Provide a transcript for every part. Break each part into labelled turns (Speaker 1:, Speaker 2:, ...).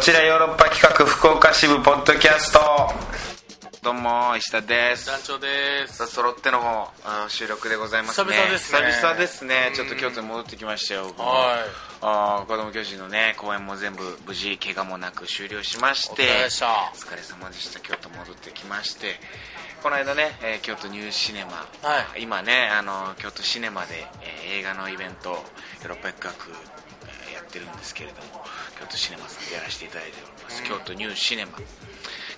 Speaker 1: ちらヨーロッパ企画福岡支部ポッドキャストどうも石田です
Speaker 2: 団長です
Speaker 1: さあ揃っての方あの収録でございますね
Speaker 2: 久々ですね
Speaker 1: 久々ですね
Speaker 2: うん
Speaker 1: ちょっと京都に戻ってきましたよ僕も
Speaker 2: は
Speaker 1: あー子供教師のね公演も全部無事怪我もなく終了しまし
Speaker 2: お疲
Speaker 1: て
Speaker 2: れでした
Speaker 1: お疲れ様でした京都戻ってきましてこの間ね、えー京都ニューシネマ、
Speaker 2: は
Speaker 1: 今ねあの京都シネマで、えー映画のイベントヨーロッパ企画えーやってるんですけれども京都シネマさんでやらせていただいております、京都ニューシネマ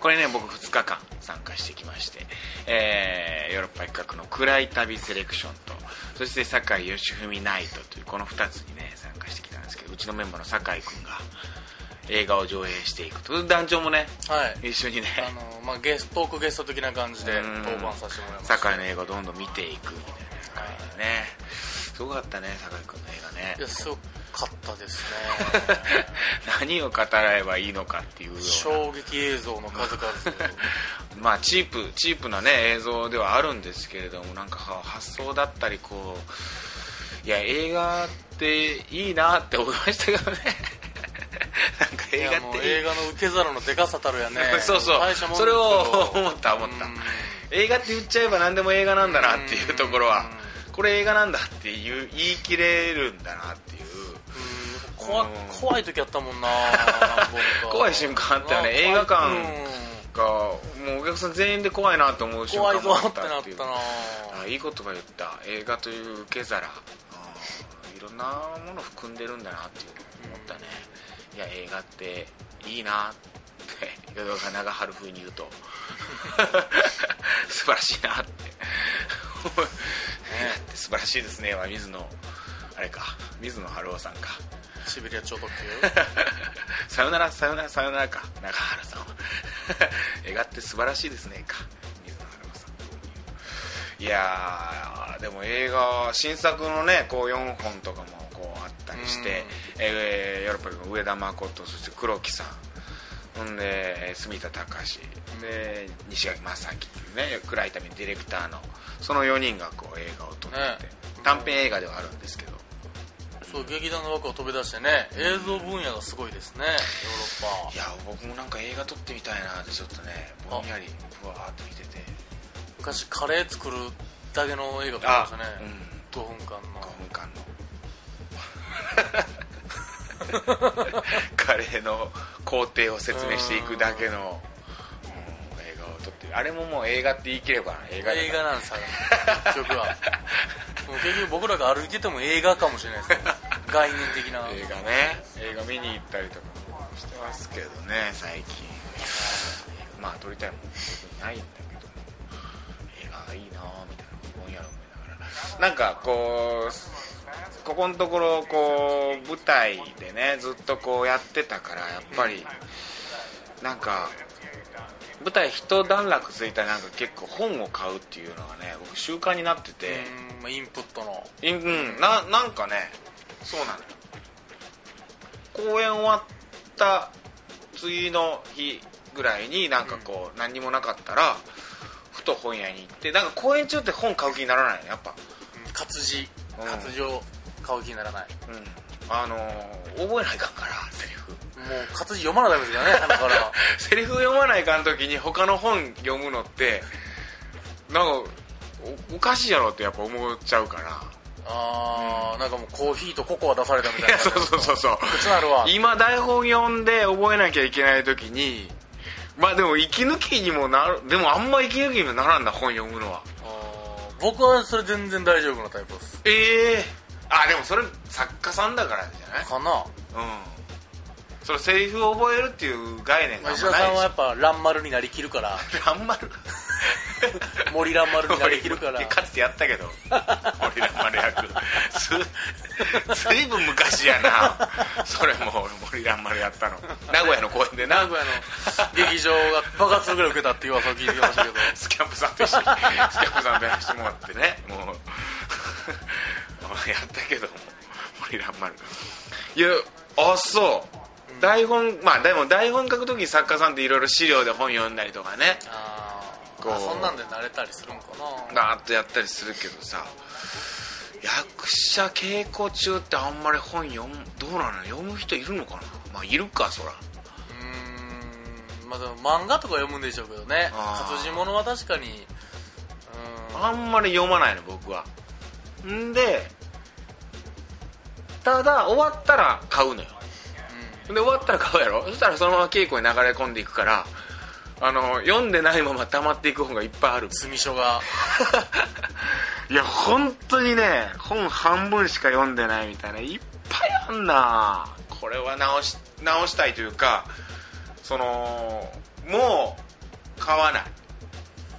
Speaker 1: これね僕2日間参加してきまして、えーヨーロッパ企画の「暗い旅セレクションと」そして酒井義文ナイトというこの2つにね参加してきたんですけどうちのメンバーの酒井君が映画を上映していくと団長もね
Speaker 2: はい
Speaker 1: 一緒に ね
Speaker 2: あのまあゲストークゲスト的な感じで
Speaker 1: うん
Speaker 2: 登板させてもらいました
Speaker 1: 酒井の映画をどんどん見ていくみたいな感じでねすごかったね酒井君の映画ね
Speaker 2: いやすごかったですね
Speaker 1: 何を語らればいいのかっていうよう
Speaker 2: 衝撃映像の 数々
Speaker 1: なまあチープチープなね映像ではあるんですけれどもなんか発想だったりこういや映画っていいなって思いましたけどね なんか
Speaker 2: い
Speaker 1: 映
Speaker 2: や
Speaker 1: 画っ
Speaker 2: もう
Speaker 1: ていい
Speaker 2: 映画の受け皿のでかさたるやね
Speaker 1: そうそう
Speaker 2: 大したもんです
Speaker 1: それ
Speaker 2: よ
Speaker 1: を思った思った
Speaker 2: うん
Speaker 1: 映画って言っちゃえば何でも映画なんだなっていうところは
Speaker 2: う
Speaker 1: これ映画なんだっていう言い切れるんだなっていう
Speaker 2: うん怖怖い時やったもんななんぼか
Speaker 1: 怖い瞬間あったよね映画
Speaker 2: なんか
Speaker 1: 館
Speaker 2: うん
Speaker 1: がもうお客さん全員で怖いなと思う瞬
Speaker 2: 怖
Speaker 1: 間
Speaker 2: いぞ
Speaker 1: もあ
Speaker 2: っ
Speaker 1: ってた
Speaker 2: なっ
Speaker 1: っていう
Speaker 2: たな
Speaker 1: あいい言葉言った映画という受け皿あーいろんなもの含んでるんだなっていうのを思ったねいや映画っていいなって淀川長春風に言うと 素晴らしいなって映画って 素晴らしいですねは水野あれか水野春夫さんか
Speaker 2: シベリア超特
Speaker 1: さよならさよならさよならか中原さんは 映画って素晴らしいですねか水野晴郎さんいやーでも映画新作のねこう4本とかもこうあったりして、えー、ヨーロッパの上田誠そして黒木さんほんで住田隆で西垣正樹っていうね暗い旅のディレクターのその4人がこう映画を撮ってて、
Speaker 2: ね
Speaker 1: 短編映画ではあるんですけど
Speaker 2: 急そう劇団の枠を飛び出してね映像分野がすごいですねヨーロッ
Speaker 1: いや僕もなんか映画撮ってみたいなってちょっとねぼんやりふわーって見てて
Speaker 2: パ昔カレー作るだけの映画撮りま
Speaker 1: あ
Speaker 2: したね
Speaker 1: うん
Speaker 2: 5分間の
Speaker 1: 5分間のカレーの工程を説明していくだけの、うん映画を撮ってるあれももう映画って言い切れば映画だ
Speaker 2: 映画なんですよ結局はもう結局僕らが歩いてても映画かもしれない ですね概念的な
Speaker 1: 映画ね映画見に行ったりとかもしてますけどね最近まあ撮りたいもん特にないんだけども映画がいいなぁみたいなもんやろ思いながらなんかこうここのところこう舞台でねずっとこうやってたからやっぱりなんか舞台一段落ついたらなんか結構本を買うっていうのがね僕習慣になってて、
Speaker 2: うんまあインプットの
Speaker 1: いうんななんかねそうなのよ公演終わった次の日ぐらいになんかこう、何にもなかったらふと本屋に行ってなんか公演中って本買う気にならないのやっぱ
Speaker 2: うん活字
Speaker 1: うん
Speaker 2: 活字を買う気にならない
Speaker 1: うんあのー覚えないかんからセリフ
Speaker 2: もう活字読まなダメですよね鼻から
Speaker 1: セリフ読まないかん時に他の本読むのってなんかおおかしいやろってやっぱ思っちゃう から
Speaker 2: あーなんかもうコーヒーとココア出されたみたい な
Speaker 1: そう そうそうそう
Speaker 2: つなるわ
Speaker 1: 今台本読んで覚えなきゃいけない時にまあでも息抜きにもなるでもあんま息抜きにもならんだ本読むのは
Speaker 2: あー僕はそれ全然大丈夫なタイプです
Speaker 1: ええあでもそれ作家さんだからじゃない
Speaker 2: かな
Speaker 1: うんそれセリフを覚えるっていう概念があん
Speaker 2: 石
Speaker 1: ま
Speaker 2: 田
Speaker 1: な
Speaker 2: さん
Speaker 1: い
Speaker 2: はやっぱ蘭丸になりきるから
Speaker 1: しあんまり
Speaker 2: 森蘭丸になりきるから
Speaker 1: 俺かつてやったけど俺ら丸役すずいぶん昔やなそれも俺森蘭丸やったの名古屋の公園でな
Speaker 2: 名古屋の劇 場が爆発するぐらい受けたっていう噂を聞いてきましたけど
Speaker 1: スキャンプさんと一緒にスキャンプさんとやらせてもらってねもう やったけども森蘭丸いやあそう台本まあでも台本書く時に作家さんっていろいろ資料で本読んだりとかね
Speaker 2: あ
Speaker 1: こう
Speaker 2: ーあそんなんで慣れたりするんかな
Speaker 1: ガーッとやったりするけどさ役者稽古中ってあんまり本読むどうなの読む人いるのかなまあいるかそら
Speaker 2: うまあ、でも漫画とか読むんでしょうけどね
Speaker 1: あー
Speaker 2: 活字ものは確かにうん
Speaker 1: あんまり読まないの僕はんでただ終わったら買うのよで終わったら買うやろそしたらそのまま稽古に流れ込んでいくからあの読んでないまま溜まっていく本がいっぱいある
Speaker 2: 積み書が
Speaker 1: いや本当にね本半分しか読んでないみたいないっぱいあんなこれは直し直したいというかそのもう買わない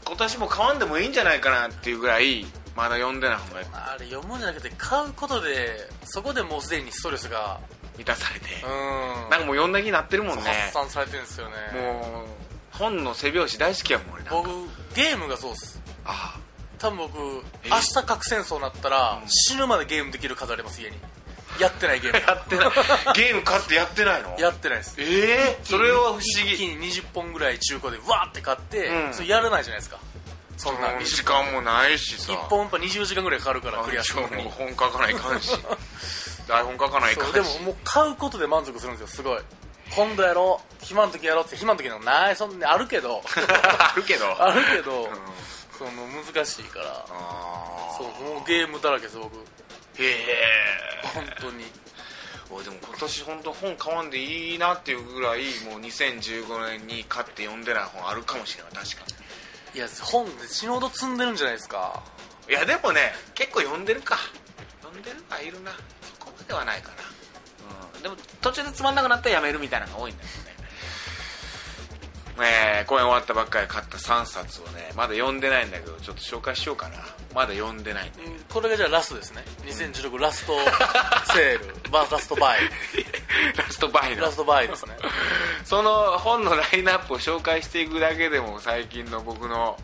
Speaker 1: 今年も買わんでもいいんじゃないかなっていうぐらいまだ読んでない本が
Speaker 2: あれ読むんじゃなくて買うことでそこでもうすでにストレスが
Speaker 1: 満たされて
Speaker 2: うんな
Speaker 1: なんかもう読んだ気になってるもんね
Speaker 2: 発散されてるんですよね
Speaker 1: もう本の背表紙大好きやもん俺なんか
Speaker 2: 僕ゲームがそうっす
Speaker 1: あ
Speaker 2: 多分僕明
Speaker 1: え
Speaker 2: 日核戦争になったら死ぬまでゲームできる飾れます家にやってないゲーム
Speaker 1: あやってないゲーム買 ってやってないの
Speaker 2: やってないです
Speaker 1: ええそれは不思
Speaker 2: 一気
Speaker 1: 議
Speaker 2: に20本ぐらい中古でわーって買って、
Speaker 1: うん
Speaker 2: それやらないじゃないですかそんな
Speaker 1: うん時
Speaker 2: 20
Speaker 1: 間もないしさ
Speaker 2: 一本やっぱ20時間ぐらいかかるからクリアするのに
Speaker 1: もう本書かない かんし台本書かないか
Speaker 2: そ
Speaker 1: ん
Speaker 2: う
Speaker 1: し
Speaker 2: でももう買うことで満足するんですよすごい今度やろう暇の時やろうって暇の時のないそんなあるけ ど
Speaker 1: あるけど
Speaker 2: あるけど、
Speaker 1: うん
Speaker 2: その難しいから
Speaker 1: あ
Speaker 2: そうもうゲームだらけです僕
Speaker 1: ーへえ
Speaker 2: 本当に
Speaker 1: おいでも今年本当本買わんでいいなっていうぐらいもう2015年に買って読んでない本あるかもしれない確か
Speaker 2: いや本で死ぬほど積んでるんじゃないですか
Speaker 1: にいやでもね結構読んでるか読んでるはいるなそこまではないかな、うん、でも途中でつまんなくなったらやめるみたいなのが多いんだけどねえー、公演終わったばっかり買った3冊をねまだ読んでないんだけどちょっと紹介しようかなまだ読んでないんだ
Speaker 2: うんこれがじゃあラストですね2016ラ ストセールバーラストバイ
Speaker 1: ラストバイの
Speaker 2: ラストバイですね
Speaker 1: その本のラインナップを紹介していくだけでも最近の僕の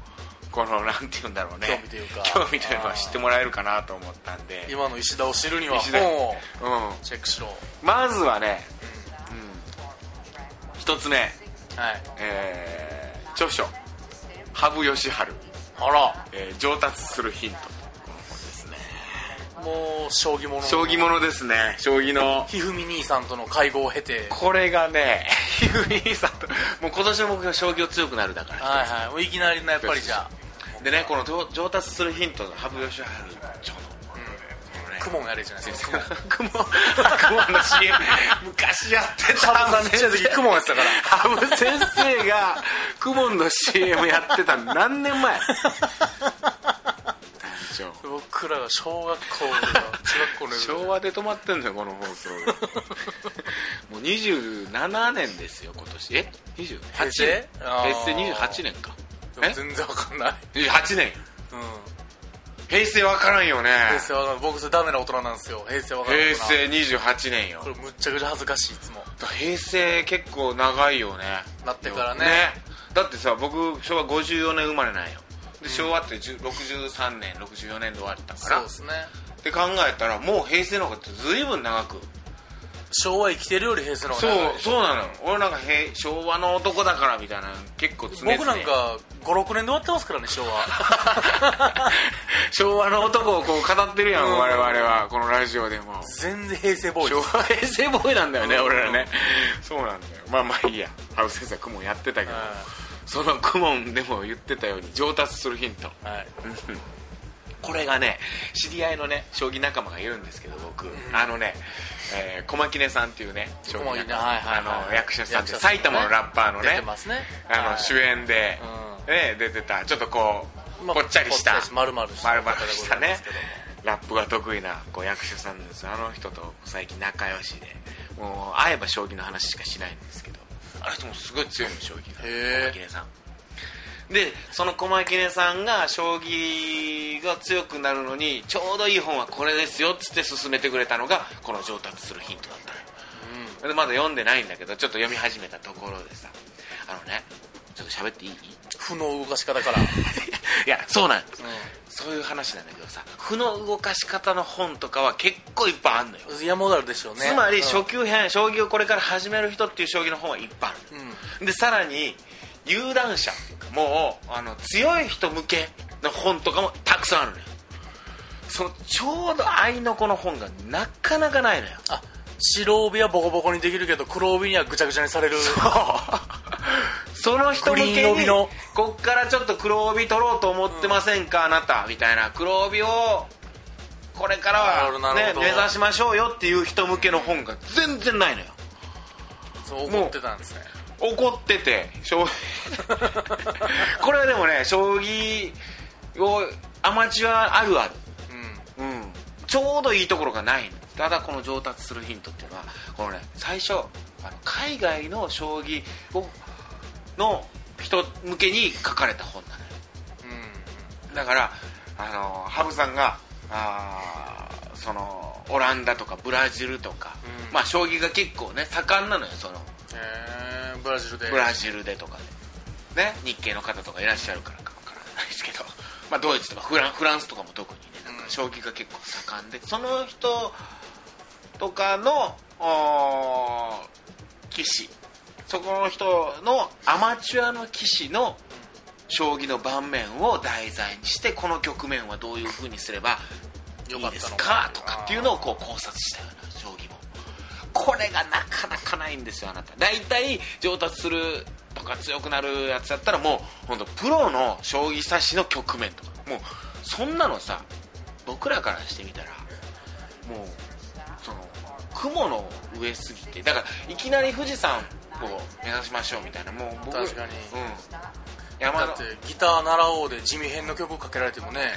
Speaker 1: このなんて言うんだろうね
Speaker 2: 興味というか
Speaker 1: 興味というのは知ってもらえるかなと思ったんで
Speaker 2: 今の石田を知るには
Speaker 1: 石田
Speaker 2: 本
Speaker 1: う
Speaker 2: をチェックしろ
Speaker 1: ん、まずはね、うん、一つ目、
Speaker 2: はい
Speaker 1: えー著書羽生善治、
Speaker 2: あら
Speaker 1: えー上達するヒント
Speaker 2: もう将棋もの
Speaker 1: 将棋ものですね将棋の
Speaker 2: ひふみ兄さんとの会合を経て
Speaker 1: これがねゆいさんともう今年の目標将棋を強くなるだから
Speaker 2: はいはいもういきなりのやっぱりじゃあ
Speaker 1: でねこの上上達するヒントの羽生善治著のこのね
Speaker 2: クモンやれじゃないですかクモ
Speaker 1: クモ
Speaker 2: ン
Speaker 1: クモの CM 昔やってた
Speaker 2: 羽生さんちっちゃい時クモンやってたから
Speaker 1: 羽生先生がクモンの CM やってたの何年前団長
Speaker 2: 僕らが小学校とか中学校の 時
Speaker 1: 昭和で止まってんのよこの放送がもう27年ですよ今年え28
Speaker 2: 平
Speaker 1: 年
Speaker 2: 成あー
Speaker 1: 平成28年か
Speaker 2: でも
Speaker 1: え
Speaker 2: 全然わかんない
Speaker 1: 28年
Speaker 2: うん
Speaker 1: 平成わからんよね
Speaker 2: 平成わかんない僕それダメな大人なんですよ平成わかんない
Speaker 1: 平成28年よ
Speaker 2: これむっちゃくちゃ恥ずかしいいつも
Speaker 1: 平成結構長いよね
Speaker 2: なってからね
Speaker 1: だってさ僕昭和54年生まれなんよで昭和って10 63年64年で終わったか
Speaker 2: そ
Speaker 1: ら
Speaker 2: う
Speaker 1: っ
Speaker 2: ですね
Speaker 1: て考えたらもう平成の方がずいぶん長く
Speaker 2: 昭和生きてるより平成の方
Speaker 1: そ
Speaker 2: が
Speaker 1: う
Speaker 2: 長い
Speaker 1: そうなのよ俺なんか平昭和の男だからみたいなの結構常々
Speaker 2: 僕なんか56年で終わってますからね昭和
Speaker 1: 昭和の男をこう語ってるやん
Speaker 2: うん
Speaker 1: 我々はこのラジオでも
Speaker 2: 全然平成ボー
Speaker 1: 昭
Speaker 2: イで
Speaker 1: 和
Speaker 2: す
Speaker 1: 平成ボーイなんだよね
Speaker 2: うん
Speaker 1: 俺らねそうなんだよまあまあいいやハウス先生はクモンやってたけど
Speaker 2: は
Speaker 1: そのクモンでも言ってたように上達するヒント
Speaker 2: いはい
Speaker 1: これがね知り合いのね将棋仲間がいるんですけど僕、あのね、えー、小牧根さんっていうね将
Speaker 2: 小牧ね
Speaker 1: 仲間
Speaker 2: はいはいはい
Speaker 1: あの役者さんで
Speaker 2: 役者さんね
Speaker 1: 埼玉のラッパーのね
Speaker 2: 出てますね
Speaker 1: あの、
Speaker 2: はい
Speaker 1: 主演で、
Speaker 2: う
Speaker 1: ね、出てたちょっとこう、ぽっちゃりした
Speaker 2: まるまるした
Speaker 1: 丸々した
Speaker 2: 方でございま
Speaker 1: ね
Speaker 2: すけども
Speaker 1: ラップが得意なこう役者さんなんですあの人と最近仲良しでもう会えば将棋の話しかしないんですけどあの人もすごい強いの将棋が
Speaker 2: へー
Speaker 1: 小牧根さんでその小牧根さんが将棋が強くなるのにちょうどいい本はこれですよっつって勧めてくれたのがこの上達するヒントだったのよでまだ読んでないんだけどちょっと読み始めたところでさあのねちょっと喋っていい
Speaker 2: 負の動かし方から、
Speaker 1: いやそうなんですそういう話なんだけどさ負の動かし方の本とかは結構いっぱいあんのよ、
Speaker 2: うん、山ほどあるでしょうね
Speaker 1: つまり
Speaker 2: うん
Speaker 1: 初級編、将棋をこれから始める人っていう将棋の本はいっぱいあるのよ、でさらに有段者っていうかもうあの強い人向けの本とかもたくさんあるのよそのちょうど愛の子の本がなかなかないのよ
Speaker 2: あ白帯はボコボコにできるけど黒帯にはぐちゃぐちゃにされる
Speaker 1: そうその人向
Speaker 2: グリーン
Speaker 1: けに
Speaker 2: 帯の
Speaker 1: こっからちょっと黒帯取ろうと思ってませんか、あなたみたいな黒帯をこれから
Speaker 2: なるほど
Speaker 1: は、
Speaker 2: な
Speaker 1: ね
Speaker 2: る、ほ
Speaker 1: 目
Speaker 2: ど
Speaker 1: 指しましょうよっていう人向けの本が全然ないのよ
Speaker 2: そう思ってたんですね
Speaker 1: 怒ってて将 これはでもね将棋をアマチュアあるある
Speaker 2: うん
Speaker 1: うん、ちょうどいいところがないただこの上達するヒントっていうのはこのね最初あの海外の将棋をの人向けに書かれた本なのよ
Speaker 2: う
Speaker 1: だからあの羽生さんがあーそのオランダとかブラジルとか、
Speaker 2: うん
Speaker 1: まあ将棋が結構ね盛んなのよその
Speaker 2: んへえブラジルで
Speaker 1: ブラジルでとかでね日系の方とかいらっしゃるからかわからないです けど、まあ、ドイツとかフランフランスとかも特にねなんか将棋が結構盛んでその人とかのおー棋士そこの人のアマチュアの棋士の将棋の盤面を題材にしてこの局面はどういう風にすればい
Speaker 2: よ
Speaker 1: い
Speaker 2: かっ
Speaker 1: で
Speaker 2: た
Speaker 1: す
Speaker 2: の
Speaker 1: かとかっていうのをこう考察したような将棋もこれがなかなかないんですよあなた大体上達するとか強くなるやつだったらもう本当プロの将棋指しの局面とかもうそんなのさ僕らからしてみたらもうその雲の上すぎてだからいきなり富士山を目指しましょうみたいなもう僕
Speaker 2: 確かに
Speaker 1: うん、山
Speaker 2: だ
Speaker 1: の
Speaker 2: ってギター習おうで地味編の曲かけられてもね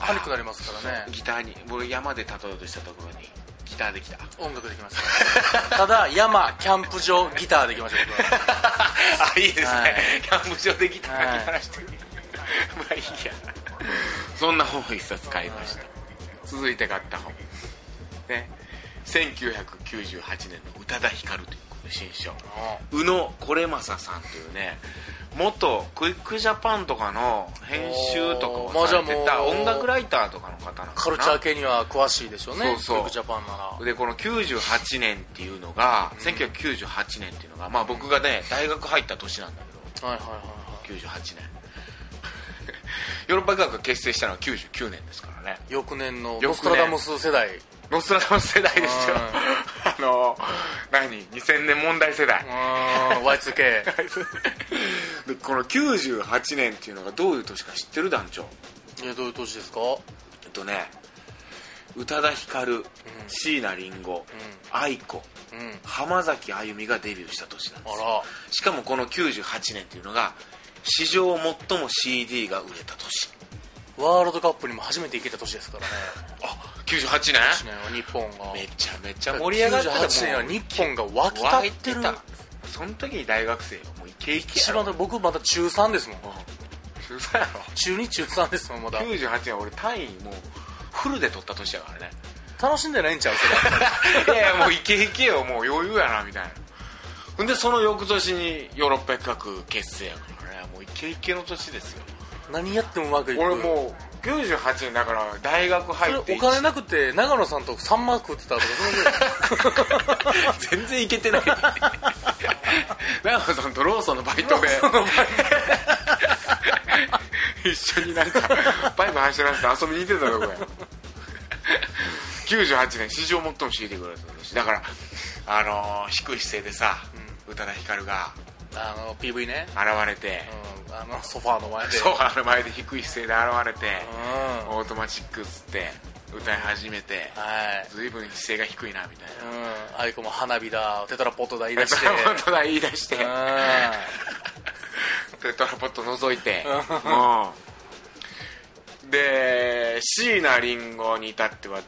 Speaker 2: パニックになりますからね
Speaker 1: ギターに俺山で例えようとしたところにギターできた
Speaker 2: 音楽できますからただ山キャンプ場ギターできましょう 僕は
Speaker 1: あいいですね、
Speaker 2: はい
Speaker 1: キャンプ場でギター
Speaker 2: はい
Speaker 1: 鳴らしてる、まあいいやそんな本を一冊買いました、続いて買った本ね1998年の宇多田ヒカルという新書宇野これまささんというね元クイックジャパンとかの編集とかをされて
Speaker 2: おーまあじゃ
Speaker 1: た
Speaker 2: あもう
Speaker 1: 音楽ライターとかの方なのかな
Speaker 2: カルチャー系には詳しいでしょう
Speaker 1: そ
Speaker 2: ね
Speaker 1: うそう
Speaker 2: クイックジャパンなら
Speaker 1: でこの98年っていうのが、
Speaker 2: ん
Speaker 1: 1998年っていうのがまあ僕がね大学入った年なんだけど
Speaker 2: はいはいはいは
Speaker 1: 98年ヨーロッパ科学が結成したのは99年ですからね
Speaker 2: い翌年の
Speaker 1: 翌年
Speaker 2: ノストラダムス世代
Speaker 1: ノストラダムス世代ですよ
Speaker 2: うん
Speaker 1: あの何2000年問題世代
Speaker 2: うーん Y2K
Speaker 1: でこの98年っていうのがどういう年か知ってる団長
Speaker 2: いやどういう年ですか
Speaker 1: えっとね宇多田ヒカル椎名林檎愛子
Speaker 2: うんうん
Speaker 1: 浜崎あゆみがデビューした年なんですよ
Speaker 2: あ
Speaker 1: しかもこの98年っていうのが史上最も CD が売れた年
Speaker 2: らワールドカップにも初めて行けた年ですからね
Speaker 1: あ98年
Speaker 2: 去年は日本が
Speaker 1: めちゃめちゃ盛り上がってたもん
Speaker 2: 98年は日本が沸き
Speaker 1: 湧い
Speaker 2: 立ってる
Speaker 1: その時に大学生よもうイケイケ
Speaker 2: 一
Speaker 1: やろ
Speaker 2: 番だ僕まだ中3ですもん
Speaker 1: うん嘘やろ
Speaker 2: 中2中3ですもんまだ
Speaker 1: 98年俺単位もうフルで取った年や からね
Speaker 2: 楽しんでないんちゃう それ
Speaker 1: いやいやもうイケイケよもう余裕やなみたいなほんでその翌年にヨーロッパ企画結成やからねもうイケイケの年ですよ
Speaker 2: 何やってもうまくいく
Speaker 1: 俺もう98年だから大学
Speaker 2: そ
Speaker 1: 入
Speaker 2: れ
Speaker 1: って
Speaker 2: お金なくて長野さんとサンマ食ってたとかそのぐらい
Speaker 1: 全然いけてない長野さんとローソンのバイトで一緒になんかバイバイ走らせて遊びに行ってたとこや98年史上最も CD ぐらいだったしだからあのー低い姿勢でさ宇多田ヒカルが
Speaker 2: あの PV ね、
Speaker 1: 現れて、
Speaker 2: うん、あのソファーの前で
Speaker 1: ソファーの前で低い姿勢で現れて、
Speaker 2: うんは
Speaker 1: オートマチックっつって歌い始めて
Speaker 2: い
Speaker 1: 随分姿勢が低いなみたいな
Speaker 2: うん愛子も花火だテトラポットだ言い
Speaker 1: テ
Speaker 2: 出し て
Speaker 1: トラポットが言い出して
Speaker 2: う
Speaker 1: テトラポット覗いてうんで椎名林檎に至っては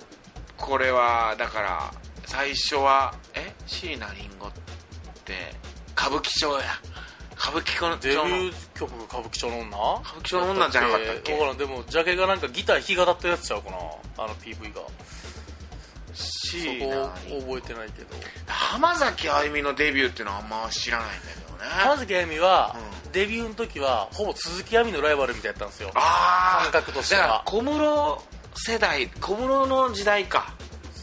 Speaker 1: これはだから最初はえ椎名林檎って歌舞伎町や歌舞伎町の
Speaker 2: んデビュー曲が歌舞伎町の女歌
Speaker 1: 舞伎町の女じゃなかったっけ
Speaker 2: ほらんでもジャケがなんかギター弾き語ったやつちゃうかなあの PV がそ
Speaker 1: 椎名林
Speaker 2: こ
Speaker 1: 檎
Speaker 2: 覚えてないけど
Speaker 1: 浜崎あゆみのデビューっていうのはあんま知らないんだけどね
Speaker 2: 浜崎あゆみは
Speaker 1: う
Speaker 2: デビューの時はほぼ鈴木亜美のライバルみたいだったんですよ
Speaker 1: ああ
Speaker 2: 感覚としては
Speaker 1: だから小室世代小室の時代か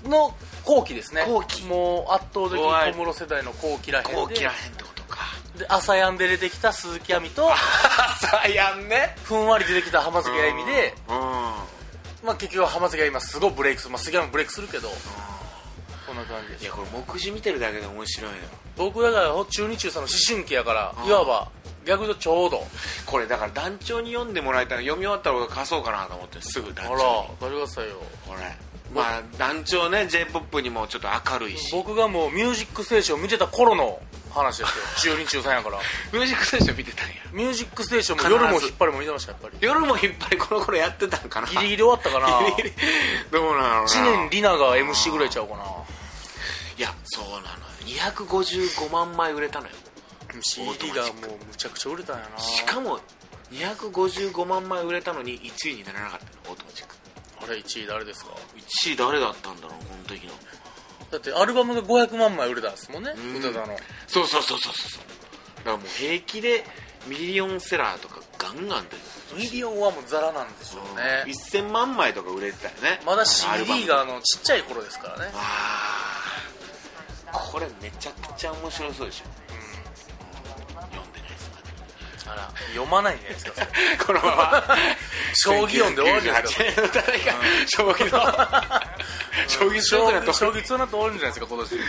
Speaker 2: の後期ですね
Speaker 1: 後期
Speaker 2: もう圧倒的に
Speaker 1: 怖い
Speaker 2: 小室世代の後期らへんで
Speaker 1: 後期らへんってこと か
Speaker 2: で朝やんで出てきた鈴木亜美と
Speaker 1: 朝やんね
Speaker 2: ふんわり出てきた浜崎あゆみで、
Speaker 1: うん
Speaker 2: まあ、結局は浜崎あゆみはすごいブレイクする、まあ、杉山もブレイクするけどこの感じで
Speaker 1: い
Speaker 2: す
Speaker 1: やこれ目次見てるだけで面白いのよ
Speaker 2: 僕だから中日中さんの思春期やから
Speaker 1: うん
Speaker 2: いわば逆とちょうど
Speaker 1: これだから団長に読んでもらいたい読み終わったら俺貸そうかなと思ってすぐ
Speaker 2: あ
Speaker 1: 団長
Speaker 2: ら
Speaker 1: に
Speaker 2: 頑張ってくださいよ
Speaker 1: これまあ団長ね j p o p にもちょっと明るいし
Speaker 2: 僕がもう「ミュージックステーション」見てた頃の話 ですよ中日中さんやから
Speaker 1: ミュージックステーション見てたんや
Speaker 2: ミュージックステーションも
Speaker 1: 必ず
Speaker 2: 夜も引っ張りも見てましたやっぱり
Speaker 1: 夜もいっぱいこの頃やってたんかな
Speaker 2: ギリギリ終わったかな
Speaker 1: ギリギリどうなのな
Speaker 2: 知念里奈が MC ぐらいちゃうかない
Speaker 1: やそうなのよ255万枚売れたのよ
Speaker 2: CD がもうむちゃくちゃ売れたんやな
Speaker 1: しかも255万枚売れたのに1位にならなかったのオートマチック
Speaker 2: あれ1位誰ですか
Speaker 1: 1位誰だったんだろうこの時の
Speaker 2: だってアルバムが500万枚売れたんですもんね
Speaker 1: ん
Speaker 2: 宇多田の
Speaker 1: そうそうそうそうそうだからもう平気でミリオンセラーとかガンガン出て
Speaker 2: ミリオンはもうザラなんでしょう
Speaker 1: た、
Speaker 2: ね
Speaker 1: 1000万枚とか売れてたよね
Speaker 2: まだ
Speaker 1: あのアルバム
Speaker 2: CD があのちっちゃい頃ですからね
Speaker 1: あーこれめちゃくちゃ面白そうでしょ、読んでないですま
Speaker 2: あら読まないじゃないですかそれ
Speaker 1: だこのまま
Speaker 2: 将棋読んで終わ りです
Speaker 1: 1998年の戦いが将棋の将棋
Speaker 2: 将
Speaker 1: 将棋
Speaker 2: 棋
Speaker 1: の
Speaker 2: 将棋強なって終わるんじゃないですか今年
Speaker 1: い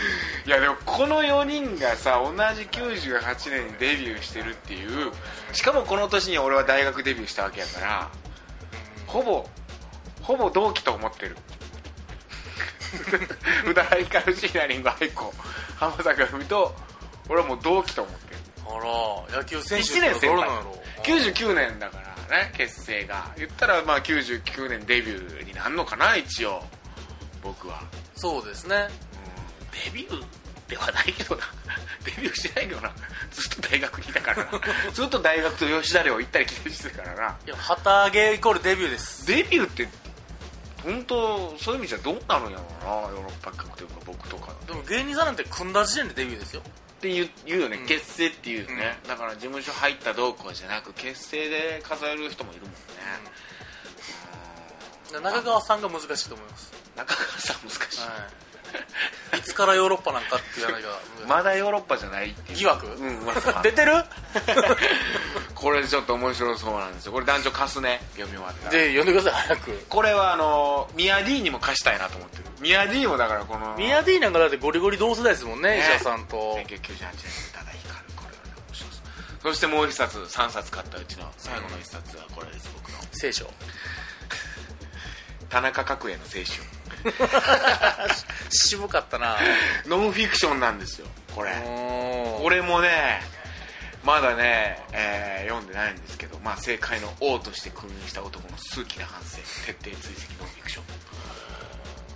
Speaker 1: やでもこの4人がさ同じ98年にデビューしてるっていうしかもこの年に俺は大学デビューしたわけやからほぼほぼ同期と思ってる 宇多田ヒカルシーナリング愛子浜崎あゆみと俺はもう同期と思ってる
Speaker 2: あら野球選手
Speaker 1: 1年
Speaker 2: っ
Speaker 1: 先
Speaker 2: てどれ
Speaker 1: 輩
Speaker 2: なんやろ
Speaker 1: 99年だからね結成が言ったらまあ99年デビューになんのかな一応僕は
Speaker 2: そうですね
Speaker 1: デビューではないけどな デビューしてないけどなずっと大学にいたから なずっと大学と吉田寮行ったり来たりしてたからない
Speaker 2: や旗揚げイコールデビューです
Speaker 1: デビューって本当そういう意味じゃどうなるんやろうなヨーロッパ各国とか僕とかっ
Speaker 2: でも芸人さんなんて組んだ時点でデビューですよ
Speaker 1: て言う言うよね、
Speaker 2: うん
Speaker 1: 結成っていうよね、だから事務所入ったどうこうじゃなく結成で数える人もいるもんね、
Speaker 2: で中川さんが難しいと思います、
Speaker 1: 中川さん難しい、
Speaker 2: はい、いつからヨーロッパなんかっていうのが難
Speaker 1: まだヨーロッパじゃないっていう
Speaker 2: 疑惑
Speaker 1: うん噂
Speaker 2: しい 出てる
Speaker 1: これちょっと面白そうなんですよこれ男女貸すね読み終わったら
Speaker 2: で呼んでください早く
Speaker 1: これはあのミヤ D にも貸したいなと思ってるミヤ D もだからこの
Speaker 2: ミヤディなんかだってゴリゴリ同世代ですもんね
Speaker 1: ね
Speaker 2: 石田さんと
Speaker 1: 1998年ただ光るこれはね面白そうそしてもう一冊3冊買ったうちの最後の一冊はこれです僕の
Speaker 2: 聖書
Speaker 1: 田中角栄の青
Speaker 2: 渋かったな
Speaker 1: 春ノンフィクションなんですよこれこ
Speaker 2: 俺
Speaker 1: れもねまだね、えー読んでないんですけど、まあ、政界の王として君臨した男の数奇な反省徹底追跡ノンフィクション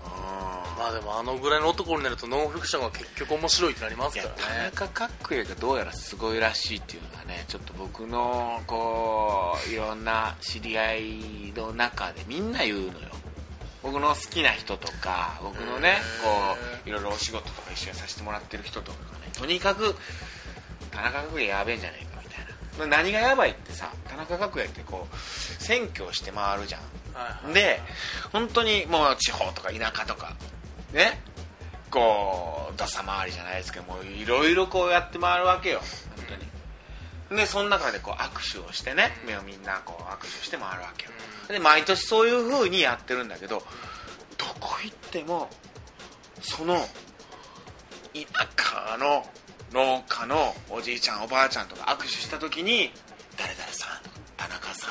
Speaker 1: あー
Speaker 2: まあでもあのぐらいの男になるとノンフィクションが結局面白いってなりま
Speaker 1: い
Speaker 2: す
Speaker 1: や
Speaker 2: からね
Speaker 1: 田中角栄がどうやらすごいらしいっていうのがねちょっと僕のこういろんな知り合いの中でみんな言うのよ僕の好きな人とか僕のねこういろいろお仕事とか一緒にさせてもらってる人とかがねとにかく田中角栄やべえんじゃないかみたいな何がやばいってさ田中角栄ってこう選挙をして回るじゃん
Speaker 2: はいはい
Speaker 1: で本当にもう地方とか田舎とかねこう土佐回りじゃないですけどもういろいろこうやって回るわけよ本当にでその中でこう握手をしてねみみんなこう握手して回るわけよで毎年そういう風にやってるんだけどどこ行ってもその田舎の農家のおじいちゃんおばあちゃんとか握手した時に「誰々さん田中さん」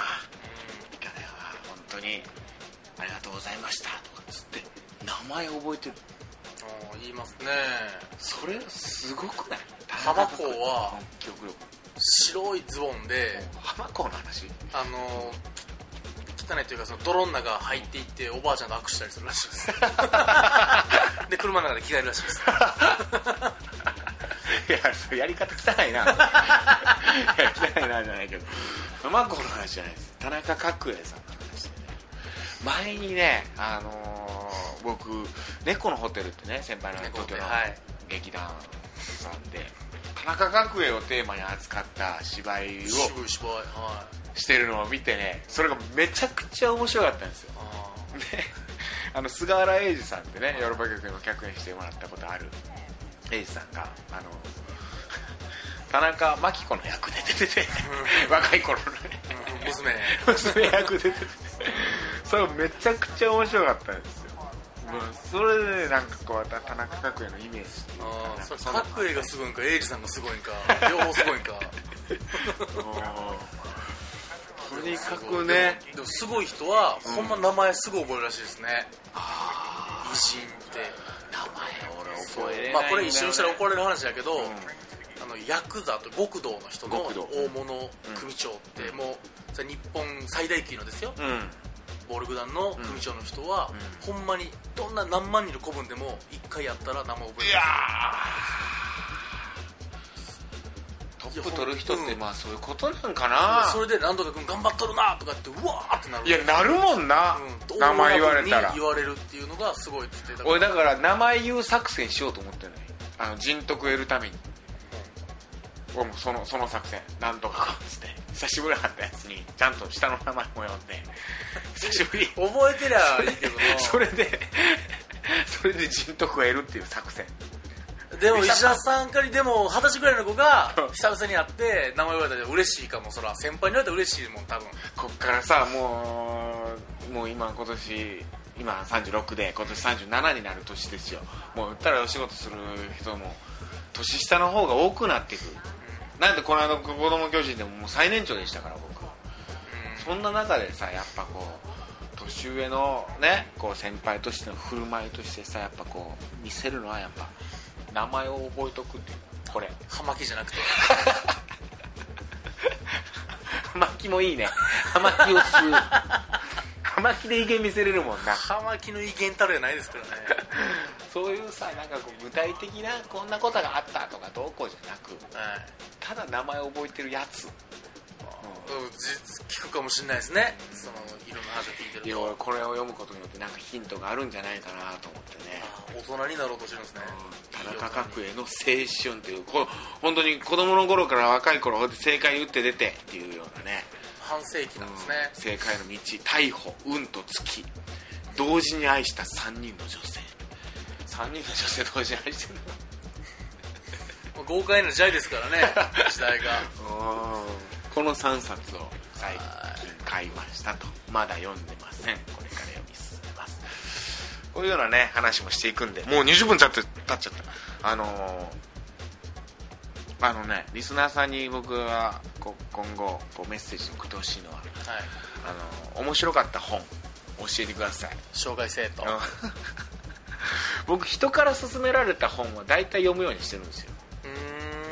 Speaker 1: 去年は本当にありがとうございましたとかつって名前覚えてる
Speaker 2: うん言いますね
Speaker 1: それすごくない
Speaker 2: 浜子は
Speaker 1: うん記憶力
Speaker 2: 白いズボンで
Speaker 1: 浜子の話
Speaker 2: あの汚いというかその泥の中入っていっておばあちゃんと握手したりするらしいです で車の中で着替えるらしいです
Speaker 1: いやそれやり方汚いないや汚いなじゃないけど浜子の話じゃないです田中角栄さんの話でね前にねあのー僕猫のホテルってね先輩の
Speaker 2: 猫の
Speaker 1: 東京
Speaker 2: ホテル
Speaker 1: の
Speaker 2: はい
Speaker 1: 劇団さんで田中角栄をテーマに扱った芝居を
Speaker 2: 渋い芝居はい
Speaker 1: してるのを見てねそれがめちゃくちゃ面白かったんですよ
Speaker 2: あ
Speaker 1: で あの菅原英二さんってねヨーロッパ局にも客演してもらったことある英二さんがあの 田中真紀子の役で出てて若い頃のね
Speaker 2: ー娘
Speaker 1: 娘役で出ててそれがめちゃくちゃ面白かったんですようんそれでなんかこうた田中角栄のイメージっていうか
Speaker 2: あ
Speaker 1: な
Speaker 2: あ
Speaker 1: んか
Speaker 2: それ
Speaker 1: そんなの
Speaker 2: 角栄がすごいんかエイジさんがすごいんか両方すごいんか
Speaker 1: とにかくね
Speaker 2: でもすごい人は、ほんま名前すぐ覚えるらしいですね偉人って
Speaker 1: 名前俺覚えれないんだよね
Speaker 2: まあ、これ一緒にしたら怒られる話だけど、
Speaker 1: うん
Speaker 2: あのヤクザと極道の人の
Speaker 1: 極道
Speaker 2: 大物組長って、もうそれ日本最大級のですよ、
Speaker 1: うん
Speaker 2: 暴力団の組長の人は、ほんまにどんな何万人の子分でも一回やったら名前覚えてる
Speaker 1: いやートップ取る人っ
Speaker 2: い
Speaker 1: て
Speaker 2: やほん
Speaker 1: まあそういうことなんかな
Speaker 2: それで何とか君頑張っとるなとかってうわーってなる
Speaker 1: いやなるもんな、
Speaker 2: うん
Speaker 1: 名前言われたら
Speaker 2: 大物に言われるっていうのがすごいっつってたから
Speaker 1: 俺だから名前言う作戦しようと思ってるのよあの人徳を得るために俺もそのその作戦なんとかっつって久しぶりだったやつにちゃんと下の名前も呼んで久しぶり
Speaker 2: 覚えてりゃいいけど
Speaker 1: それ
Speaker 2: な
Speaker 1: でそれで人徳を得るっていう作戦
Speaker 2: でも石田さんかにでも二十歳ぐらいの子が久々に会って名前言われたら嬉しいかもそら先輩に言われたら嬉しいもん多分
Speaker 1: こっからさもうもう今今年今36で今年37になる年ですよもう言ったらお仕事する人も年下の方が多くなってくるなんでこの間子供巨人でももう最年長でしたから僕そんな中でさやっぱこう年上のねこう先輩としての振る舞いとしてさやっぱこう見せるのはやっぱ名前を覚えとくっていうこれ
Speaker 2: 葉巻じゃなくて
Speaker 1: 葉巻もいいね葉巻を吸う葉 巻で威厳見せれるもんな
Speaker 2: 葉巻の威厳たるやないですからね
Speaker 1: そういうさなんかこう具体的なこんなことがあったとかどうこうじゃなく
Speaker 2: はい
Speaker 1: ただ名前を覚えてるやつ
Speaker 2: うんじ聞くかもしれないですねそのいろんな話を聞いて
Speaker 1: い
Speaker 2: る
Speaker 1: や
Speaker 2: と
Speaker 1: 俺これを読むことによってなんかヒントがあるんじゃないかなと思ってね
Speaker 2: あ大人になろうとしてるんですね
Speaker 1: 田中角栄の青春というこ本当に子供の頃から若い頃ほんで正解に打って出てっていうようなね
Speaker 2: 半世紀なんですね、
Speaker 1: 正解の道逮捕運と月同時に愛した3人の女性3人の女性同時に愛してる
Speaker 2: まあ豪快な時代ですから ね時代が
Speaker 1: この3冊を最近買いましたとまだ読んでませんこれから読み進めますこういうようなね話もしていくんでもう20分経って経っちゃったあのーあのねリスナーさんに僕はこう今後こうメッセージを送ってほしいのは
Speaker 2: はい
Speaker 1: あのー面白かった本教えてください
Speaker 2: 障害生徒
Speaker 1: あの 僕人から勧められた本は大体読むようにしてるんですよ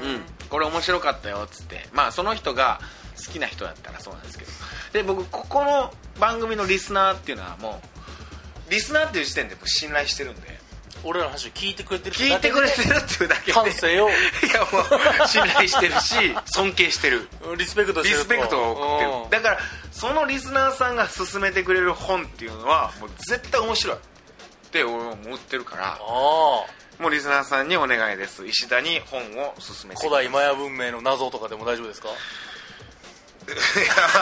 Speaker 2: う
Speaker 1: う
Speaker 2: ー
Speaker 1: ん、これ面白かったよっつってまあその人が好きな人だったらそうなんですけどで僕ここの番組のリスナーっていうのはもうリスナーっていう時点で僕信頼してるんで
Speaker 2: 俺らの話を聞いてくれてる
Speaker 1: 聞いてくれてるっていうだけで
Speaker 2: 感性を
Speaker 1: いやもう信頼してるし 尊敬してる
Speaker 2: リスペクトし
Speaker 1: リ
Speaker 2: てる
Speaker 1: スペクトを送って
Speaker 2: う
Speaker 1: る
Speaker 2: ん
Speaker 1: だからそのリスナーさんが勧めてくれる本っていうのはもう絶対面白いって俺は思ってるから
Speaker 2: ああ
Speaker 1: もうリスナーさんにお願いです石田に本を勧めてください
Speaker 2: 古代マヤ文明の謎とかでも大丈夫ですか
Speaker 1: いや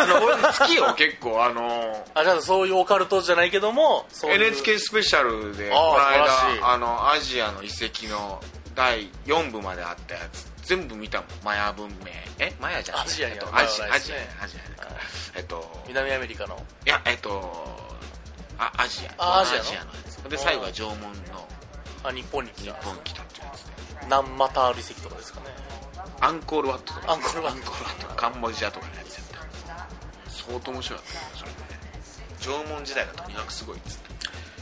Speaker 1: あの俺好きよ結構あの
Speaker 2: あじゃあそういうオカルトじゃないけどもそういう
Speaker 1: NHK スペシャルでこ
Speaker 2: あ
Speaker 1: の
Speaker 2: ー素晴らしい
Speaker 1: 間あのアジアの遺跡の第4部まであったやつ全部見たもんマヤ文明えマヤじゃない
Speaker 2: アジアに
Speaker 1: え
Speaker 2: は
Speaker 1: っと
Speaker 2: マ
Speaker 1: ア
Speaker 2: ヤは
Speaker 1: ジアアジア
Speaker 2: ないですね
Speaker 1: アジアだから
Speaker 2: はい
Speaker 1: えっと
Speaker 2: 南アメリカの
Speaker 1: いやえっとあアジア
Speaker 2: あアジアの
Speaker 1: のやつで最後は縄文の
Speaker 2: あ日本に来
Speaker 1: 日
Speaker 2: た
Speaker 1: 本来たっていうやつで
Speaker 2: ナンマター遺跡とかですかね
Speaker 1: アンコールワットとか
Speaker 2: アンコールワット
Speaker 1: カンボジアとかのやつやった相当面白かったよそれもね縄文時代がとにかくすごいっつって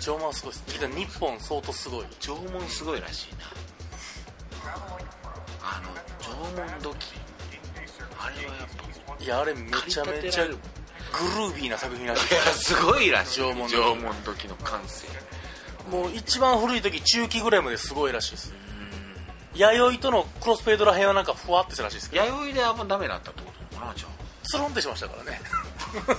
Speaker 2: 縄文はすごいです聞いたら日本相当すごい
Speaker 1: 縄文すごいらしいなあの縄文土器あれはやっぱ
Speaker 2: いやあれめちゃめちゃグルービーな作品なんですよ
Speaker 1: いやすごいらしい
Speaker 2: 縄文土器
Speaker 1: 土器の感性
Speaker 2: もう一番古い時中期ぐらいまですごいらしいです弥生とのクロスフェードら辺はなんかふわってしたらしいですけど
Speaker 1: 弥生であんまダメだったってことなのかな じゃ
Speaker 2: スロンってしましたからね
Speaker 1: あまあい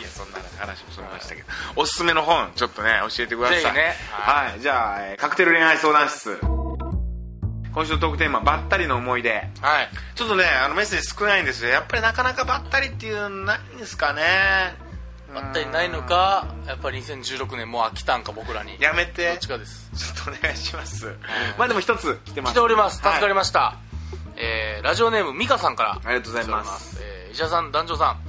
Speaker 1: いやそんな話もそれましたけどおすすめの本ちょっとね教えてください
Speaker 2: ぜひね
Speaker 1: はい、じゃあ、えーカクテル恋愛相談室今週のトークテーマばったりの思い出
Speaker 2: はい
Speaker 1: ちょっとねあのメッセージ少ないんですよやっぱりなかなかばったりっていうのないんですかね
Speaker 2: ばったりないのかやっぱり2016年もう飽きたんか僕らに
Speaker 1: やめ
Speaker 2: ど
Speaker 1: て
Speaker 2: っちかです
Speaker 1: ちょっとお願いします。まあでも一つ来てま
Speaker 2: 来
Speaker 1: す。
Speaker 2: ております助かり
Speaker 1: ま
Speaker 2: ました、えーラジオネームミカさんから
Speaker 1: ありがとうございます
Speaker 2: 来ておりえー石田さん団長さん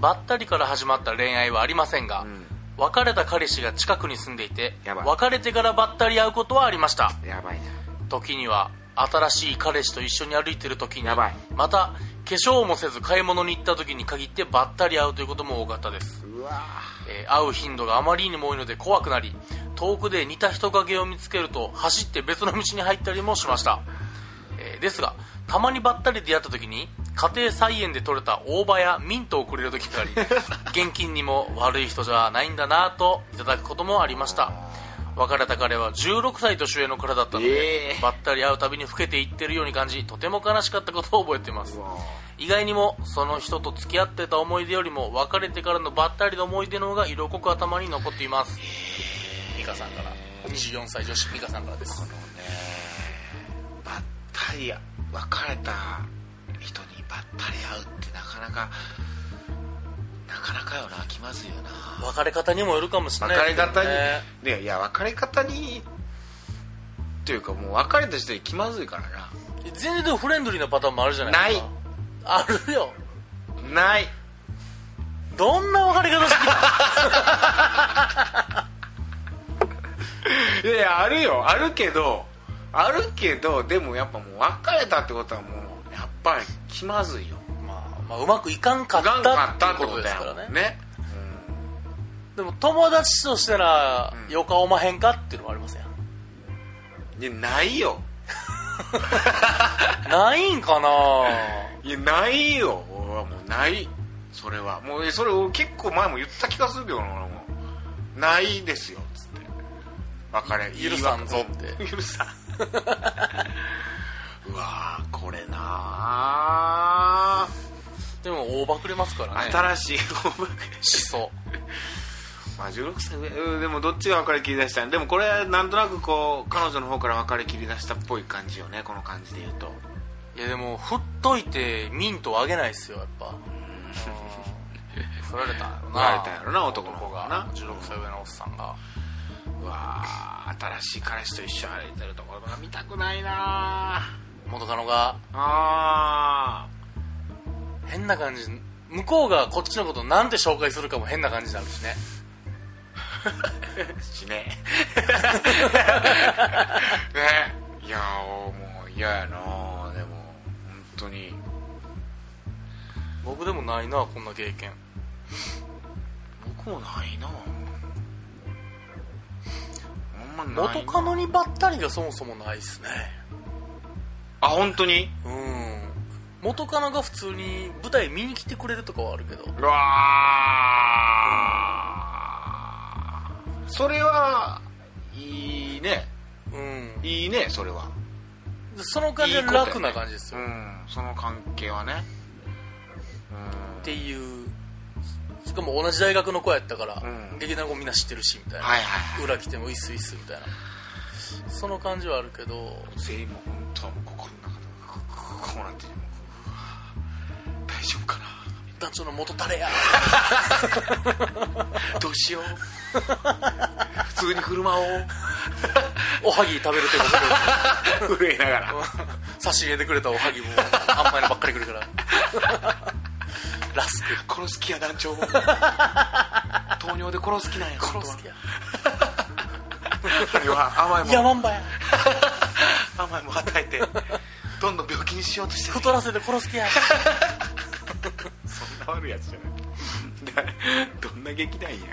Speaker 2: ばったりから始まった恋愛はありませんが、
Speaker 1: ん
Speaker 2: 別れた彼氏が近くに住んでいて
Speaker 1: やばい
Speaker 2: 別れてからばったり会うことはありました
Speaker 1: やばいな
Speaker 2: 時には新しい彼氏と一緒に歩いてる時に
Speaker 1: やばい
Speaker 2: また化粧もせず買い物に行った時に限ってばったり会うということも多かったです、
Speaker 1: うわ
Speaker 2: えー会う頻度があまりにも多いので怖くなり遠くで似た人影を見つけると走って別の道に入ったりもしました、えーですがたまにばったり出会った時に家庭菜園で採れた大葉やミントをくれる時 があり現金にも悪い人じゃないんだなぁといただくこともありました別れた彼は16歳年上の彼だったので、
Speaker 1: ええ
Speaker 2: ばったり会うたびに老けていってるように感じとても悲しかったことを覚えています
Speaker 1: うわ
Speaker 2: 意外にもその人と付き合ってた思い出よりも別れてからのばったりの思い出の方が色濃く頭に残っています美香さんから24歳女子美香さんからです
Speaker 1: このねばったり別れた人にばったり会うってなかなかなかなかよな気まずいよな
Speaker 2: 別れ方にもよるかもしれない
Speaker 1: 別れ
Speaker 2: ですけ
Speaker 1: 方
Speaker 2: ど
Speaker 1: に、
Speaker 2: ね
Speaker 1: ね、いや別れ方にというかもう別れた時点で気まずいからな
Speaker 2: 全然でもフレンドリーなパターンもあるじゃないですかあるよ
Speaker 1: ない
Speaker 2: どんな別れ方 して
Speaker 1: いやいやあるよあるけどあるけどでもやっぱもう別れたってことはもうやっぱり気まずいよ
Speaker 2: きまあ、まあ、うまくいかんかっ
Speaker 1: がんかった
Speaker 2: たっ
Speaker 1: ってて
Speaker 2: い
Speaker 1: こ
Speaker 2: うこと
Speaker 1: と
Speaker 2: です
Speaker 1: だ
Speaker 2: か
Speaker 1: よ
Speaker 2: ら
Speaker 1: ね
Speaker 2: ねでも友達としてならよかおまへんかっていうのはありません、
Speaker 1: いやないよ
Speaker 2: ないんかない
Speaker 1: やないよ俺はもうないそれはもうえそれを結構前も言った気がするけどな俺もないですよつって別れ
Speaker 2: 許さんぞって
Speaker 1: 言い訳許 さんうわーこれな
Speaker 2: でも大ばくれますから
Speaker 1: ー
Speaker 2: ね
Speaker 1: 新しい方向
Speaker 2: しそ
Speaker 1: まあ16歳上うんでもどっちが別れ切り出したんでもこれなんとなくこう彼女の方から別れ切り出したっぽい感じよねこの感じで言うと
Speaker 2: いやでも振っといてミントあげないっすよやっ ぱ振られたんやろな
Speaker 1: 振られたんやろな男の方がな
Speaker 2: 男16歳上のおっさんが
Speaker 1: うわー新しい彼氏と一緒に歩いてるところが見たくないなー
Speaker 2: 元カノが
Speaker 1: あ
Speaker 2: 変な感じ向こうがこっちのことなんて紹介するかも変な感じになるしね
Speaker 1: あし ねねいやーもう嫌やなーでも本当に
Speaker 2: 僕でもないなこんな経験
Speaker 1: 僕もないなほんまない
Speaker 2: 元カノにばったりがそもそもないっすね
Speaker 1: あ本当に
Speaker 2: うん元カノが普通に舞台見に来てくれるとかはあるけど
Speaker 1: うわーそれはいいね
Speaker 2: うん
Speaker 1: いいねそれは
Speaker 2: その感じはい
Speaker 1: いことやね
Speaker 2: 楽な感じです
Speaker 1: う
Speaker 2: よ
Speaker 1: んその関係はねうん
Speaker 2: っていうしかも同じ大学の子やったから、
Speaker 1: うん
Speaker 2: 劇団子みんな知ってるしみたいな、
Speaker 1: はいはいはい
Speaker 2: 裏来てもいっすいっすみたいなその感じはあるけど
Speaker 1: 全員もう本当はもう心の中でこうこうなっててもううわ大丈夫か
Speaker 2: 団長の元誰や
Speaker 1: などうしよう普通に車を
Speaker 2: おはぎ食べるってこと
Speaker 1: 震えながら
Speaker 2: で差し入れてくれたおはぎもあんまりばっかりくるからラスク
Speaker 1: 殺す気や団長も糖尿で殺す気なんや
Speaker 2: 殺す気や
Speaker 1: 本当はそれは甘いもん
Speaker 2: ヤマンバや
Speaker 1: 甘いもん与えてどんどん病気にしようとしてる
Speaker 2: 太らせて殺す気や
Speaker 1: そんな悪いやつじゃないどんな劇団員や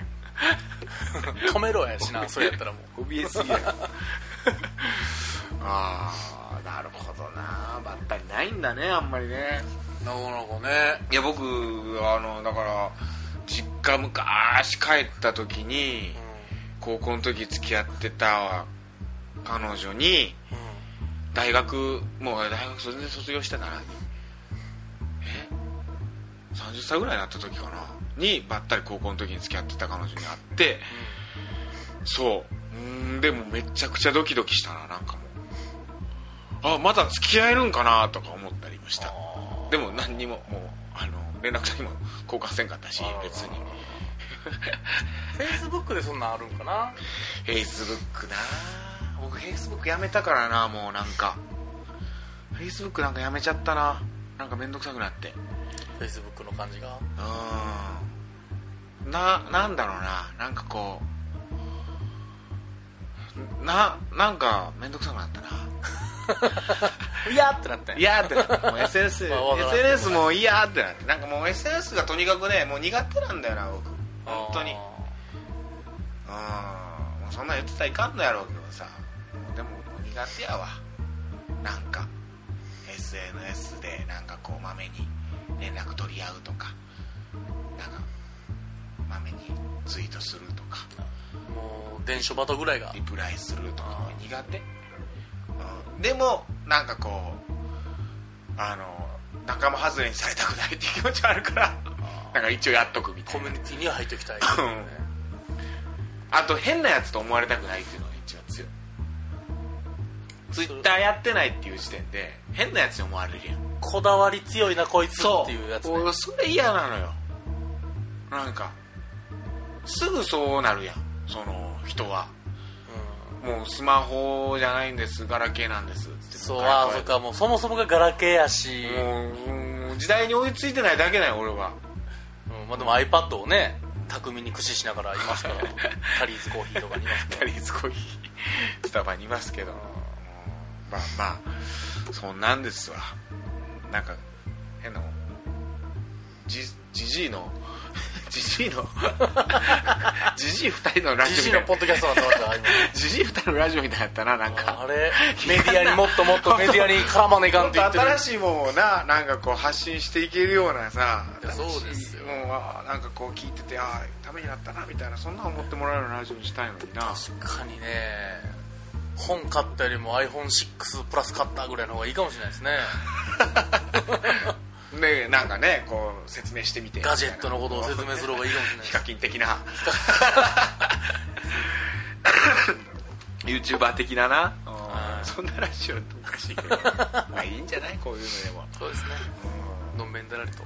Speaker 2: 止めろやしなそれやったらもう
Speaker 1: 怯えすぎや ああなるほどなばったりないんだねあんまりね
Speaker 2: なかなかね
Speaker 1: いや僕あのだから実家昔帰った時に高校の時付き合ってた彼女に
Speaker 2: うん、
Speaker 1: 大学もう大学全然卒業してたらえ30歳ぐらいになった時かなにばったり高校の時に付き合ってた彼女に会ってそううーんでもめちゃくちゃドキドキしたななんかもうあまだ付き合えるんかなとか思ったりもしたでも何にももうあの連絡先も交換せんかったし別に
Speaker 2: フェイスブックでそんなんあるんかな
Speaker 1: Facebook なあ僕 Facebook やめたからなもうなんか Facebook なんかやめちゃったななんかめんどくさくなってう
Speaker 2: フェイスブックの感じが
Speaker 1: ーんななんだろうななんかこうななんか面倒くさくなったない
Speaker 2: やーってなったんや
Speaker 1: いやーってなってもう SNS,
Speaker 2: まあわからん
Speaker 1: SNS もいいやーってなってなんかもう SNS がとにかくねもう苦手なんだよな僕本当にうんもうそんなん言ってたらいかんのやろうけどさもうでももう苦手やわなんか SNS でなんかこうまめに連絡取り合うとかなんかまめにツイートするとか
Speaker 2: もう電書バトぐらいが
Speaker 1: リプライするとか苦手、うん、でもなんかこうあの仲間外れにされたくないっていう気持ちはあるからなんか一応やっとくみた
Speaker 2: コ
Speaker 1: い
Speaker 2: ミ
Speaker 1: な
Speaker 2: ュニティには入っておきたい、
Speaker 1: あと変なやつと思われたくないっていうのが一番強いツイッターやってないっていう時点で変なやつに思われるやん
Speaker 2: こだわり強いなこいつ
Speaker 1: そ
Speaker 2: っ
Speaker 1: う
Speaker 2: ていうやつ、ね、
Speaker 1: 俺それ嫌なのよなんかすぐそうなるやんその人は
Speaker 2: う
Speaker 1: もうスマホじゃないんですガラケーなんですって
Speaker 2: ん、そうあーそっかもうそもそもがガラケーやし、
Speaker 1: もううん時代に追いついてないだけだよ俺は
Speaker 2: うんまあ、でも iPad をね巧みに駆使しながらいますからタリーズコーヒーとかにいますか
Speaker 1: タリーズコーヒースタバにいますけどもうまあまあそんなんですわなんか変なじじじいの じじいの じじい二人のラ
Speaker 2: ら
Speaker 1: ジオみ
Speaker 2: ジジイ
Speaker 1: た
Speaker 2: の
Speaker 1: い
Speaker 2: ポッドキャストになってました今
Speaker 1: なじじい二人のラジオみたいだったななんか
Speaker 2: あれメディアにもっともっ とメディアに絡まねえかん
Speaker 1: も
Speaker 2: っ
Speaker 1: ってと
Speaker 2: 言って
Speaker 1: 新
Speaker 2: る
Speaker 1: しいもんをななんかこう発信していけるようなさ
Speaker 2: いやそうですよ
Speaker 1: もうあなんかこう聞いててああためになったなみたいなそんな思ってもらえるようなラジオにしたいのにな
Speaker 2: 確かにね本買ったよりも iPhone6 プラス買ったぐらいの方がいいかもしれないですね
Speaker 1: ねなんかねこう説明してみて
Speaker 2: ガジェットのことを説明する方がいいかもしれない
Speaker 1: ヒカキン的な YouTuber 的なな
Speaker 2: はい
Speaker 1: そんなラジオっておかし いけどまあいいんじゃないこういうのでも
Speaker 2: そうですねのんべんだらりと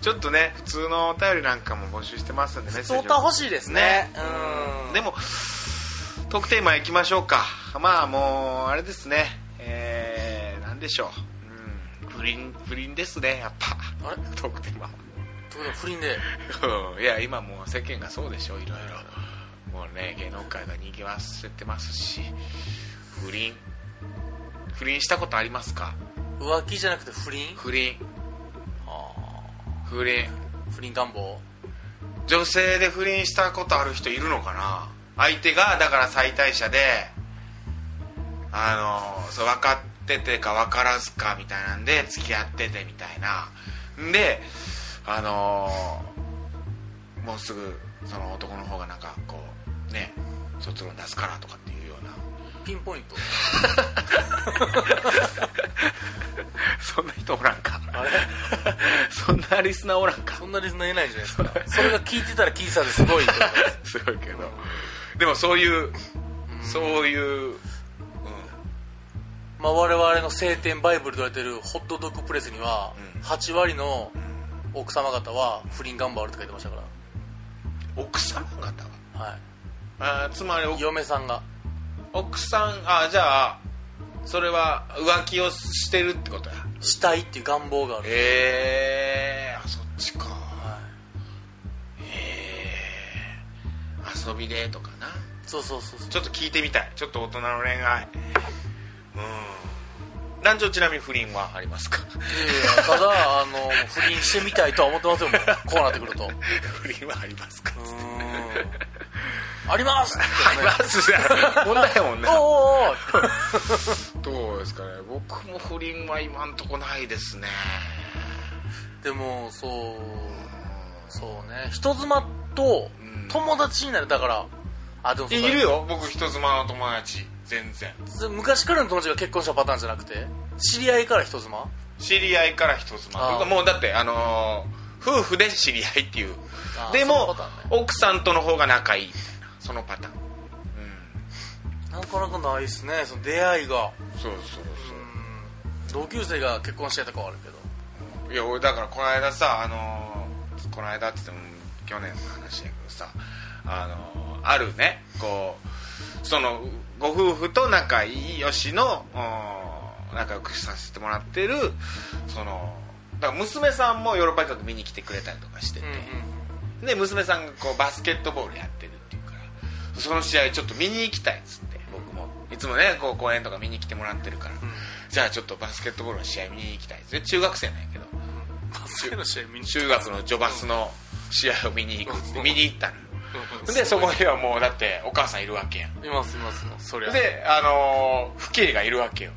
Speaker 1: ちょっとね普通のお便りなんかも募集してますんでメッセー
Speaker 2: 相
Speaker 1: ジ
Speaker 2: 当
Speaker 1: を
Speaker 2: 欲しいですねうん
Speaker 1: でもトークテーマいきましょうかまあもうあれですねえー、なんでしょう、うん、不倫不倫ですねやっぱ
Speaker 2: あれ
Speaker 1: トークテーマ
Speaker 2: ということは不倫で
Speaker 1: うんいや今もう世間がそうでしょいろいろもうね芸能界がにぎわせてますし不倫不倫したことありますか
Speaker 2: 浮気じゃなくて不倫
Speaker 1: 不倫
Speaker 2: あ
Speaker 1: 不倫
Speaker 2: ー不倫願望
Speaker 1: 女性で不倫したことある人いるのかな相手がだから最大者であのそう分かっててか分からずかみたいなんで付き合っててみたいなんであのもうすぐその男の方がなんかこうね卒論出すからとかっていうような
Speaker 2: ピンポイント
Speaker 1: そんな人おらんか
Speaker 2: あれ
Speaker 1: そんなリスナーおらんか
Speaker 2: そんなリスナーいないじゃないですかそれが聞いてたら聞いてたですご いと思います
Speaker 1: すごいけどでもそういうそういう、うん、
Speaker 2: まあ、我々の聖典バイブルと言われてるホットドッグプレスには
Speaker 1: うん
Speaker 2: 8割の奥様方は不倫願望あるって書いてましたか
Speaker 1: 奥様方は
Speaker 2: ら、は
Speaker 1: あーつまり
Speaker 2: い、嫁さんが
Speaker 1: 奥さんあじゃあそれは浮気をしてるってことや
Speaker 2: したいっていう願望がある、
Speaker 1: へえー、あそっちか
Speaker 2: は、
Speaker 1: へえ遊びでとかない
Speaker 2: そうそうそうそう
Speaker 1: ちょっと聞いてみたいちょっと大人の恋愛うん男女ちなみに不倫はありますか
Speaker 2: いやいやただあのもう不倫してみたいとは思ってますよもうこうなって くるとう
Speaker 1: 不倫はありますか
Speaker 2: ーんあります
Speaker 1: ありますね 問題やもん
Speaker 2: お
Speaker 1: ね
Speaker 2: ーおーおー
Speaker 1: どうですかね僕も不倫は今んとこないですね
Speaker 2: でもそうそうね人妻と
Speaker 1: うん
Speaker 2: 友達になるだからあでもそうだ
Speaker 1: いるよ僕人妻の友達全然
Speaker 2: 昔からの友達が結婚したパターンじゃなくて知り合いから人妻
Speaker 1: 知り合いから人
Speaker 2: あ
Speaker 1: 妻
Speaker 2: ー
Speaker 1: もうだってあのー夫婦で知り合いっていう
Speaker 2: あー
Speaker 1: で
Speaker 2: そ
Speaker 1: も
Speaker 2: ういうパターンね
Speaker 1: 奥さんとの方が仲いいみたいなそのパターン
Speaker 2: なかなかないですねその出会いが
Speaker 1: うんそうそう
Speaker 2: うん同級生が結婚してたかはあるけど
Speaker 1: そういや俺だからこの間さあのーこの間って言っても去年の話やけどさあのーあるねこうそのご夫婦と仲いいよしのうん仲良くさせてもらってるそのだから娘さんもヨーロッパにちょっと見に来てくれたりとかしてて、
Speaker 2: うん
Speaker 1: で娘さんがこうバスケットボールやってるっていうからその試合ちょっと見に行きたいっつって僕もいつもねこう公園とか見に来てもらってるから、じゃあちょっとバスケットボールの試合見に行きたいっつって中学生なんやけど
Speaker 2: バスケの試合見に
Speaker 1: 中学のジョバスの試合を見に行くっつって見に行ったのよ
Speaker 2: うん
Speaker 1: でそこにはもうだってお母さんいるわけやん
Speaker 2: いますいますいますそりゃ
Speaker 1: であのー父兄がいるわけよ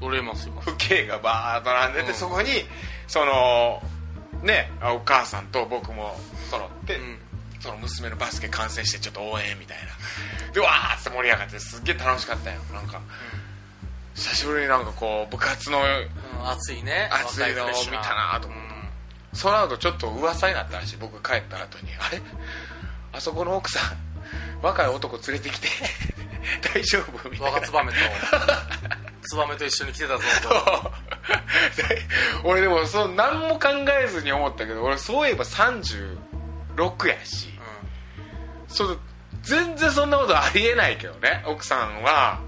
Speaker 2: それいますいます
Speaker 1: 父兄がバーッと並んでて、
Speaker 2: うん
Speaker 1: そこにそのねお母さんと僕も揃って、
Speaker 2: ん
Speaker 1: その娘のバスケ観戦してちょっと応援みたいなでわーって盛り上がってすっげえ楽しかったよなんか、久しぶりになんかこう部活の
Speaker 2: うん暑いね
Speaker 1: 暑いのを
Speaker 2: 若フレッシュ
Speaker 1: 見たなと思ってその後ちょっと噂になったらしい僕帰った後にあれあそこの奥さん若い男連れてき て大丈夫み
Speaker 2: うん
Speaker 1: たいな
Speaker 2: 若ツ バメとツバメと一緒に来てたぞと
Speaker 1: 俺でもその何も考えずに思ったけど俺そういえば36やしその全然そんなことありえないけどね奥さんは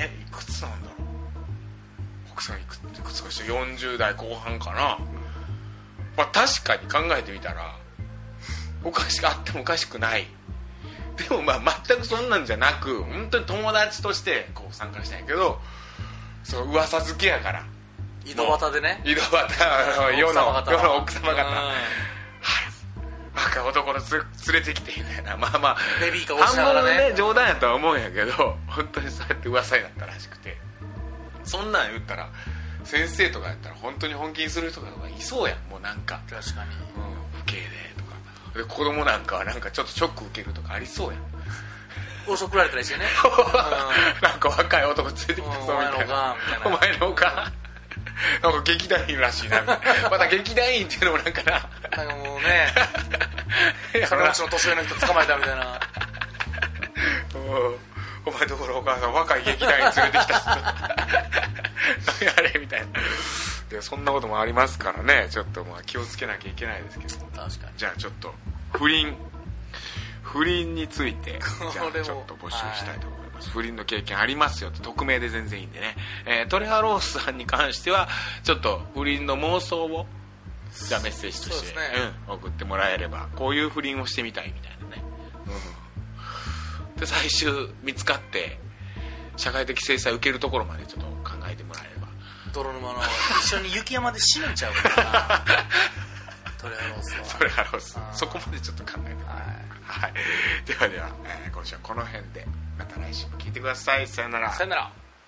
Speaker 1: えいくつなんだろう奥さんいくいくつかして40代後半かな、まあ、確かに考えてみたらおかしくあってもおかしくないでもまあ全くそんなんじゃなく本当に友達としてこう参加したんやけどその噂好きやから
Speaker 2: うん井戸端でね
Speaker 1: 井戸端あの世の
Speaker 2: 奥様方
Speaker 1: 世の奥様
Speaker 2: う
Speaker 1: 方
Speaker 2: ん
Speaker 1: 若い男のつ連れてきてみたいなまあまあ
Speaker 2: ベビーカー押しなが
Speaker 1: 半
Speaker 2: ら
Speaker 1: 分ね
Speaker 2: ね
Speaker 1: 冗談やとは思うんやけど 本当にそうやって噂になったらしくてそんなん言ったら先生とかやったら本当に本気にする人とかがいそうやんもうなんか、
Speaker 2: 確かに
Speaker 1: うん、不敬でとかで子供なんかはなんかちょっとショック受けるとかありそうやん、
Speaker 2: お食られたりしてね
Speaker 1: なんか若い男連れてきたぞみたいな
Speaker 2: お
Speaker 1: お
Speaker 2: 前
Speaker 1: 前のおかんなんか劇団員らしいなみたいなまた劇団員っていうのもなんかな
Speaker 2: うんなんかもうねそのうちの年上の人捕まえたみたいな
Speaker 1: うんお前どころお母さん若い劇団員連れてきた人 何やれみたいなでそんなこともありますからねちょっとまあ気をつけなきゃいけないですけど
Speaker 2: 確かに
Speaker 1: じゃあちょっと不倫不倫についてじゃ
Speaker 2: これ
Speaker 1: あ
Speaker 2: も
Speaker 1: ちょっと募集したいと思います、不倫の経験ありますよって匿名で全然いいんでね、えートレハロースさんに関してはちょっと不倫の妄想をじゃあメッセージとして
Speaker 2: そうですね
Speaker 1: うん送ってもらえればこういう不倫をしてみたいみたいなね、うん、で最終見つかって社会的制裁受けるところまでちょっと考えてもらえれば
Speaker 2: 泥沼の一緒に雪山で死ぬんちゃう かなトレアロースは
Speaker 1: トレハロース
Speaker 2: あー
Speaker 1: そこまでちょっと考えてもらえれば
Speaker 2: はい
Speaker 1: はい、ではでは、えー今週はこの辺でまた来週も聞いてくださいさよなら
Speaker 2: さよなら